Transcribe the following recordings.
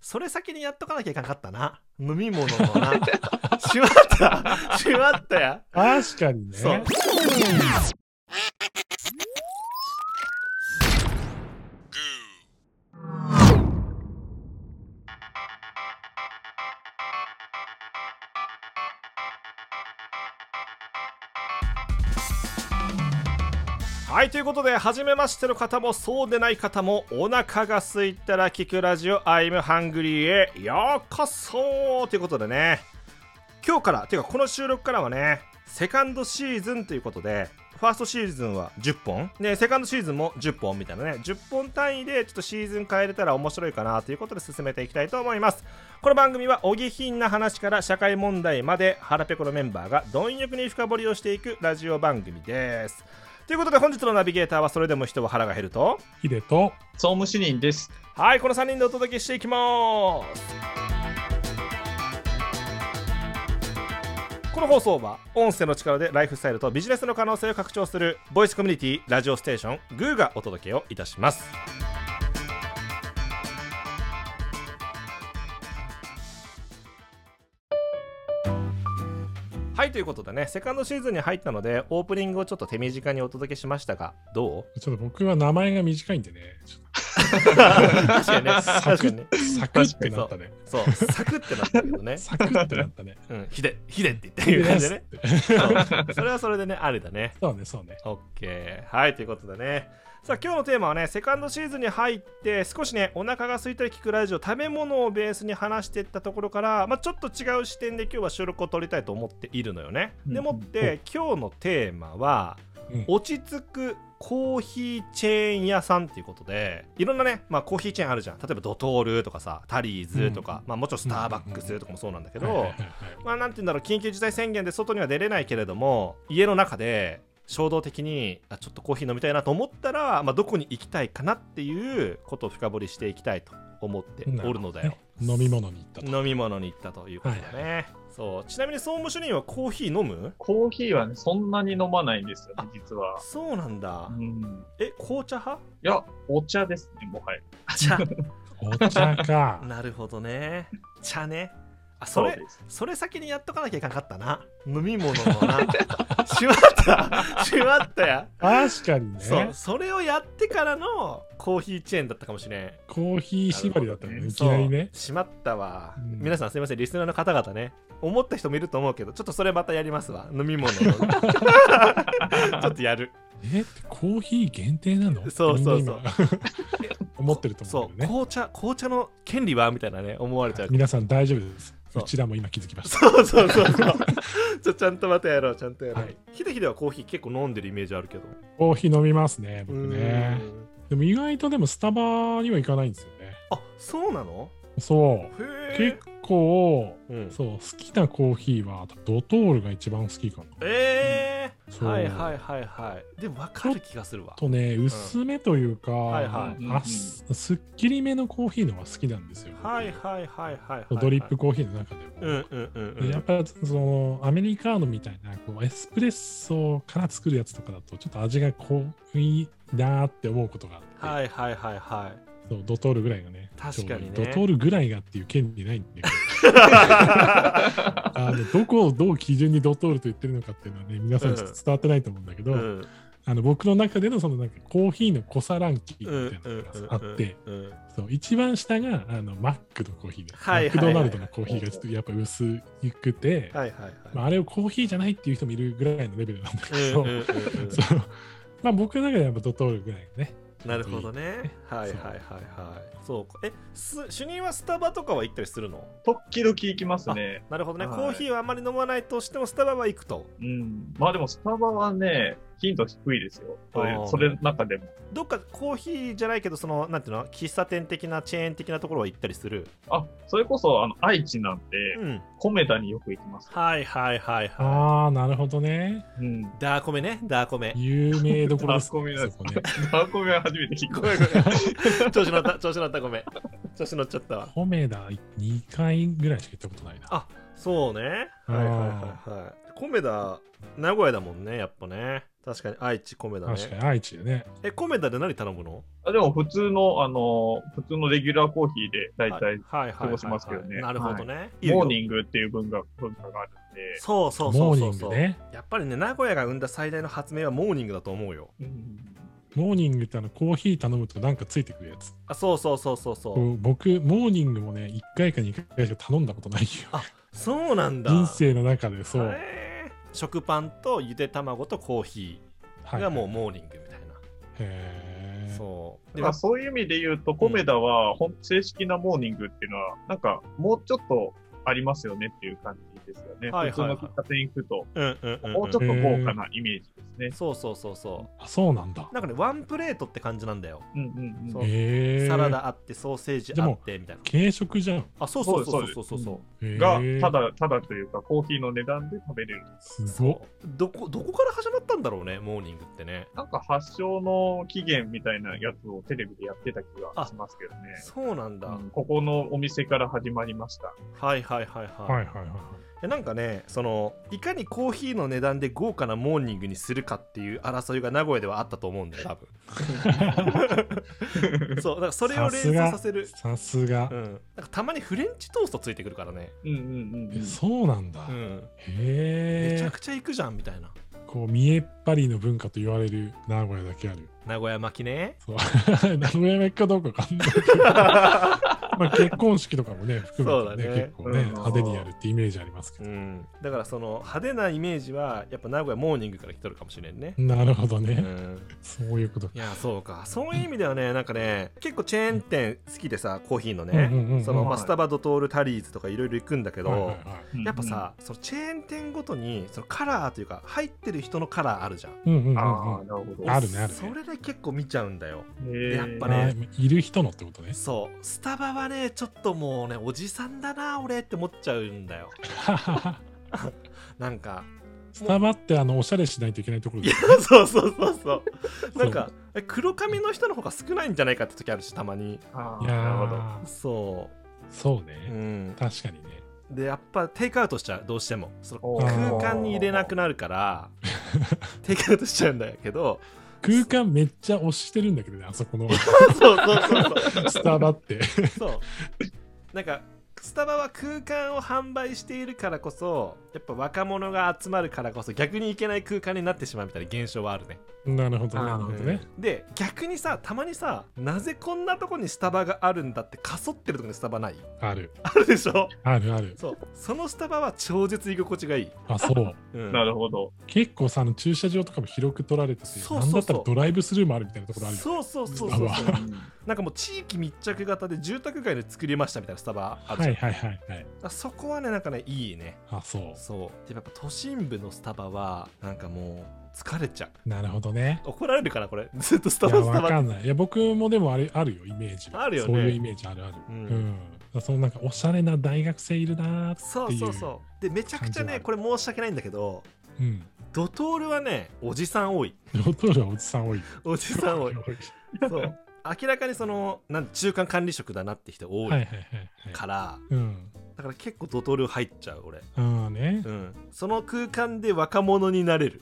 それ先にやっとかなきゃいかなかったな。飲み物もな。しまった。しまったや。確かにね。そう。はいということで初めましての方もそうでない方もお腹が空いたら聞くラジオ「アイムハングリー」へようこそということでね今日からていうかこの収録からはねセカンドシーズンということでファーストシーズンは10本でセカンドシーズンも10本みたいなね10本単位でちょっとシーズン変えれたら面白いかなということで進めていきたいと思いますこの番組はお下品な話から社会問題まで腹ペコのメンバーが貪欲に深掘りをしていくラジオ番組ですということで本日のナビゲーターはそれでも人は腹が減るとヒデと、総務主任です。はいこの3人でお届けしていきますこの放送は音声の力でライフスタイルとビジネスの可能性を拡張するボイスコミュニティラジオステーショングーがお届けをいたしますはいということでねセカンドシーズンに入ったのでオープニングをちょっと手短にお届けしましたがどうちょっと僕は名前が短いんでね、ちょっ 確かにね。確かにね。とサクってなったね。そう、サクってなったけどね。サクってなったね。うん、ひで、 ひでって言ってる感じでね。そうそれはそれでね、あれだね。 そうね、そうね。オッケー。はい、ということでね。さあ、今日のテーマはね、セカンドシーズンに入って、少しね、お腹が空いたり聞くラジオ、食べ物をベースに話していったところから、まあ、ちょっと違う視点で今日は収録を撮りたいと思っているのよね。でもって、今日のテーマは、うん落ち着くコーヒーチェーン屋さんっていうことでいろんなね、まあ、コーヒーチェーンあるじゃん例えばドトールとかさタリーズとか、まあ、もちろんスターバックスとかもそうなんだけど、はいはいはいはいまあなんて言うんだろう緊急事態宣言で外には出れないけれども家の中で衝動的にあちょっとコーヒー飲みたいなと思ったら、まあ、どこに行きたいかなっていうことを深掘りしていきたいと思っておるのだよ。ね飲み物に行ったと。飲み物に行ったということだね、そうちなみに総務主任はコーヒー飲むコーヒーはね、そんなに飲まないんですよね、実は。そうなんだ、うん。え紅茶派いや、お茶ですね、もはや。じゃ。お茶か なるほどね茶ねあそそうれです。それ先にやっとかなきゃいかんかったな飲み物もな しまった しまったや確かにそうね。それをやってからのコーヒーチェーンだったかもしれんコーヒー縛りだったのね、いきそうなりね。しまったわ、うん皆さんすいませんリスナーの方々ね思った人もいると思うけどちょっとそれまたやりますわ飲み 物をちょっとやるえコーヒー限定なのそうそう そう。みんな今思ってると思そううけどね。紅茶紅茶の権利はみたいなね思われちゃう皆さん大丈夫です。そううちらも今気づきました。そうそうそうそう ちょちゃんとまたやろうちゃんとやろう、はいひでひではコーヒー結構飲んでるイメージあるけどコーヒー飲みますね、う僕ーね。んでも意外とでもスタバには行かないんですよね。あそうなのそう。へ結え、構、うん、そう好きなコーヒーはドトールが一番好きかな。えーそうはいはいはいはいでも分かる気がするわとね薄めというか、はいはいあすすっきりめのコーヒーのが好きなんですよ。はいはいはいはいはい、僕ドリップコーヒーの中でも。うんうんうんうでやっんぱそのアメリカーノみたいなこうエスプレッソから作るやつとかだとちょっと味が濃いなーって思うことがあって、はいはいはいはいそうドトールぐらいがね確かにねちょうどいいドトールぐらいがっていう権利ないんだけど あのどこをどう基準にドトールと言ってるのかっていうのはね皆さんちょっと伝わってないと思うんだけど、うんあの僕の中でのそのなんかコーヒーの濃さランキンうんグみたいなのがあって、うんうんうんそう一番下があのマックのコーヒーで、はいマクドナルドのコーヒーがちょっとやっぱ薄くて、はいはいはい、まあ、あれをコーヒーじゃないっていう人もいるぐらいのレベルなんだけうんど、うんうんうんそうまあ、僕の中ではやっぱドトールぐらいのねなるほどねはいはいはいはいそうかえす主任はスタバとかは行ったりするの時々行きますね。なるほどね、はいコーヒーはあんまり飲まないとしてもスタバは行くとうん。まあでも、スタバはね、頻度低いですよ。そあーれそれの中でも。どっかコーヒーじゃないけどそのなんていうの喫茶店的なチェーン的なところは行ったりするあ、それこそ、あの、愛知なんで、うんコメダによく行きます。はいはいはいはああなるほどねうん。 いダーコメねダーコメ有名どころです、あごめんなさいそこねダーコメは初めて聞ごく。めんごめん調子乗った調子乗ったごめん調子乗っちゃったわコメダ2回ぐらいしか行ったことないなあそうねあーはいはいはいはいコメダ名古屋だもんねやっぱね確かに愛知米だね確かに愛知でね。え米だで何頼むのあでも普通の、あの、普通のレギュラーコーヒーで大体、はいはいはいはい過ごしますけどねなるほどね、いいよモーニングっていう文化文化があるんで、そうそうそモうーそうニンそグう、ね。やっぱりね名古屋が生んだ最大の発明はモーニングだと思うようんモーニングってあのコーヒー頼むとなんかついてくるやつ。あそうそうそうそうそう、こう僕、モーニングもね、1回か2回しか頼んだことないよ。そうなんだ人生の中でそう。はいへー食パンとゆで卵とコーヒーがもうモーニングみたいな、へーそうだでからそういう意味で言うと、コメダは、ほん正式なモーニングっていうのは、なんか、もうちょっとありますよねっていう感じですよね。はいはいはい普通の喫茶店行くと、うんうんうん、うん、もうちょっと豪華なイメージですね。そうそうそうそあそうなんだう。なんかねワンプレートって感じなんだようんうんうん。そうへえ。サラ。ダあってソーセージあってみたいな軽食じゃん。あそうそうそうそそそううですそううですそうへーが、た。だ、ただというか、コーヒーの値段で食べれる。すごっ。どこどこから始まったんだろうねモーニングってねなんか発祥の起源みたいなやつをテレビでやってた気がしますけどね。そうなんだ、うんここのお店から始まりました。はいはいはいはい、はいはいはいはい。でなんかねそのいかにコーヒーの値段で豪華なモーニングにするかっていう争いが名古屋ではあったと思うんだよ多分そうだからそれを連想させるさすがう。ん、なんかたまにフレンチトーストついてくるからね、うんうんうんうえん。そうなんだ。うん、めちへゃえく。ちゃ行くじゃんみたいなこう、見えっ張りの文化と言われる名古屋だけある。 名古屋巻きねそう。名古屋めっかどうかわかんないけど。まあ結婚式とかもね、含めてね、そうだね結構ね、うん派手にやるってイメージありますけうど。ん、だからその派手なイメージはやっぱ名古屋モーニングから来とるかもしれんね、なるほどうね。ん、そういうことか。いやそうかそういう意味ではねなんかね結構チェーン店好きでさコーヒーのうんうんうんうねんそのはいまあスタバドトールタリーズとかいろいろ行くんだけど、はいはいはいやっぱさ、そのチェーン店ごとにそのカラーというか入ってる人のカラーあるじゃん。うんうんううんうん。んあうあ、ん。なるほど。あるねあるねそれで結構見ちゃうんだよ。へえやっぱねあいる人のっ てことね。そうスタバはねちょっともうねおじさんだな俺って思っちゃうんだよ。なんかスタバってあのおしゃれしないといけないところいでや す。そうそうそうそうなんかえ黒髪の人の方が少ないんじゃないかって時あるしたまにあいあ、やなるほど。ーそそうう、うね。ん、確かにね。でやっぱテイクアウトしちゃうどうしてもそのおー空間に入れなくなるから テイクアウトしちゃうんだけ ど空間めっちゃ押してるんだけどね、あそこのそうそうそうそうスタバって。 そうなんかスタバは空間を販売しているからこそやっぱ若者が集まるからこそ逆に行けない空間になってしまうみたいな現象はあるねなるほどね、なあーるほどね。で逆にさたまにさなぜこんなとこにスタバがあるんだってかそってるとこにスタバないある。あるでしょあるある。そうそのスタバは超絶居心地がいい、あ、そう。うんなるほど。結構さ、あの駐車場とかも広く取られてて、そうそうそうなんだったらドライブスルーもあるみたいなところあるよ。そうそうそうそうスタ そうバはなんかもう地域密着型で住宅街で作りましたみたいなスタバあるはじゃんいはいはいはい。あそこはねなんかねいいねあ、そそうでもやっぱ都心部のスタバはなんかもう疲れちゃうう。なるほどね。怒られるかなこれ ずっとスタいや、バスタわバかんない。いや、僕もでもあれあるよ、イメージは。あるよねそういうイメージあるある。ううんん。そのなんか、おしゃれな大学生いるなーって。そうそうそうでめちゃくちゃ感じはあねるこれ申し訳ないんだけどうん。ドトールはねおじさん多いロトールはおじさん多い。おじさん多いはそう明らかにそのなん中間管理職だなって人多いはいはいいはい。から、うん。だから結構ドトール入っちゃう俺ああねう。んその空間で若者になれる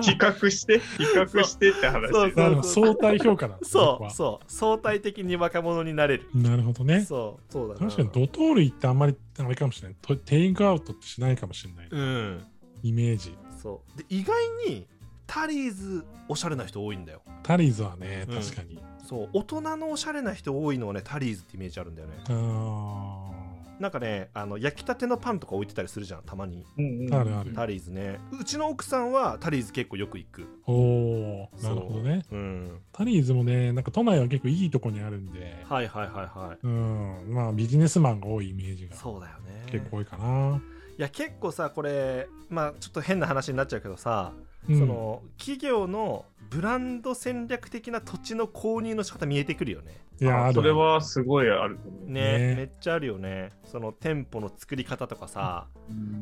比較して、比較してって話。そうなるほど相対評価なんだこ そこはうそう相対的に若者になれるなるほどね。そうそうだな確かにドトール行ってあんまりあれかもしれない。とテイクアウトってしないかもしれない。うんイメージ。そうで意外にタリーズおしゃれな人多いんだよタリーズはね、うん確かに。そう大人のおしゃれな人多いのはねタリーズってイメージあるんだよねあなんかねあの焼きたてのパンとか置いてたりするじゃんたまにうんうん。あ。あるある。タリーズねうちの奥さんはタリーズ結構よく行くおおーなるほどね。うんタリーズもね、なんか都内は結構いいとこにあるんで、はいはいはいはいうん。まあビジネスマンが多いイメージがそうだよね結構多いかな。いや結構さこれまあちょっと変な話になっちゃうけどさ、うんその企業のブランド戦略的な土地の購入の仕方見えてくるよねいや、あるそれはすごいあると思う。ねねめっちゃあるよねその店舗の作り方とかさ、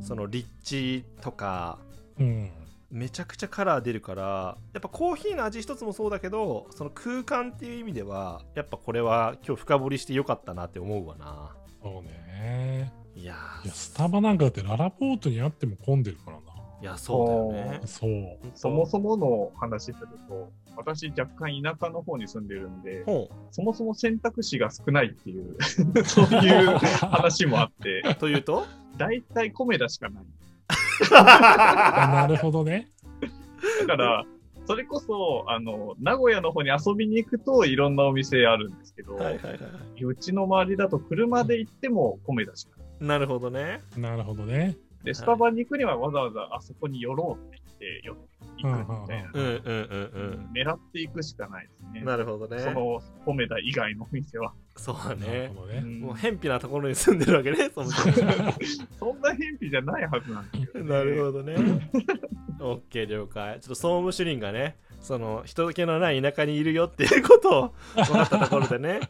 その立地とかうん。めちゃくちゃカラー出るからやっぱコーヒーの味一つもそうだけどその空間っていう意味ではやっぱこれは今日深掘りしてよかったなって思うわなそうね。いやーいや、スタバなんかだってララポートにあっても混んでるからな。いやそうだよね そう。そもそもの話すると、私若干田舎の方に住んでるんで、ほそもそも選択肢が少ないって いう、そういう話もあって、うというと大体米田しかない。あなるほどね。だから、それこそ、あの、名古屋の方に遊びに行くといろんなお店あるんですけど、 はいはいはいうちの周りだと車で行っても米田しかない。なるほどねなるほどね。で、スタバに行くにはわざわざあそこに寄ろうって言って寄行くみたいな。うんうんうん狙っていくしかないですうねん。なるほどねその米田以外のお店は。そうだなるねほどうね。んもう偏僻なところに住んでるわけ ねそのそんな偏僻じゃないはずなんですよ、ね。なるほどね OK 了解ちょっと総務主任がねその人気のない田舎にいるよっていうことを分かったところで ね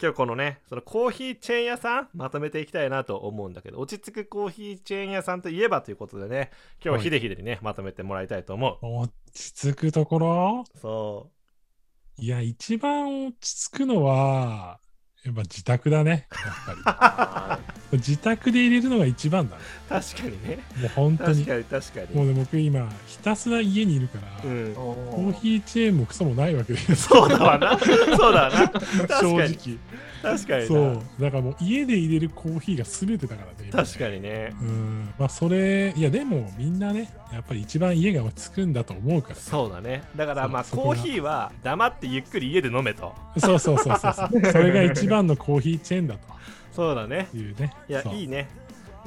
今日このねそのコーヒーチェーン屋さんまとめていきたいなと思うんだけど落ち着くコーヒーチェーン屋さんといえばということでね今日ははいひでひでにね、まとめてもらいたいと思落ち着くところうそいや、一番落ち着くのは、やっぱ自宅だね。やっぱ あり。自宅で入れるのが一番だね。う確かにねもう本当確に。かに確かもうにね、僕今、ひたすら家にいるから、うんーおコーヒーチェーンもクソもないわけです。そうだわなそうだわな確か正に直。確かになそう。だからもう家で入れるコーヒーが全てだからね。今ね確かにねうんまあそれいやでもみんなねやっぱり一番家が落ち着くんだと思うからそうだねだからまあそうコそこーがヒーは黙ってゆっくり家で飲めとそうそうそうそうそう それが一番のコーヒーチェーンだそうだねというねいやそういいね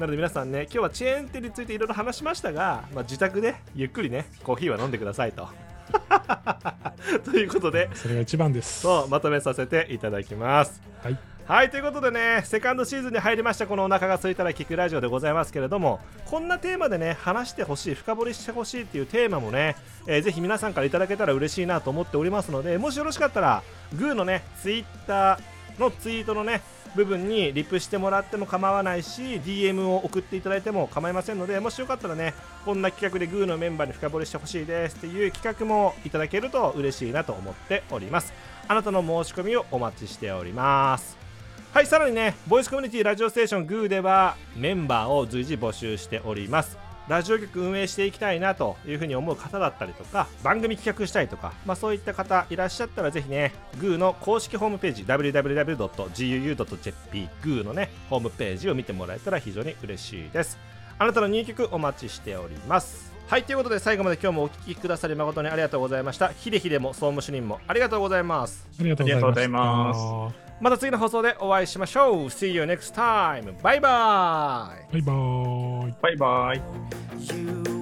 なので皆さんね今日はチェーン店についていろいろ話しましたが、まあ、自宅でゆっくりねコーヒーは飲んでくださいと ということでそれが一番ですそうまとめさせていただきますはいはいということでねセカンドシーズンに入りましたこのお腹が空いたら聞くラジオでございますけれどもこんなテーマでね話してほしい深掘りしてほしいっていうテーマもね、えーぜひ皆さんからいただけたら嬉しいなと思っておりますのでもしよろしかったらグーのねツイッターのツイートのね部分にリプしてもらっても構わないし DM を送っていただいても構いませんのでもしよかったらねこんな企画でグーのメンバーに深掘りしてほしいですっていう企画もいただけると嬉しいなと思っておりますあなたの申し込みをお待ちしておりますはいさらにねボイスコミュニティラジオステーショングーではメンバーを随時募集しておりますラジオ局運営していきたいなというふうに思う方だったりとか番組企画したいとか、まあ、そういった方いらっしゃったらぜひねグーの公式ホームページ www.guu.jp グーのねホームページを見てもらえたら非常に嬉しいですあなたの入局お待ちしておりますはいということで最後まで今日もお聞きくださり誠にありがとうございましたヒデヒデも総務主任もありがとうございますありがとうありがとうごござざいいまますすまた次の放送でお会いしましょう See you next time バイバイバイバーイバイバイ。 You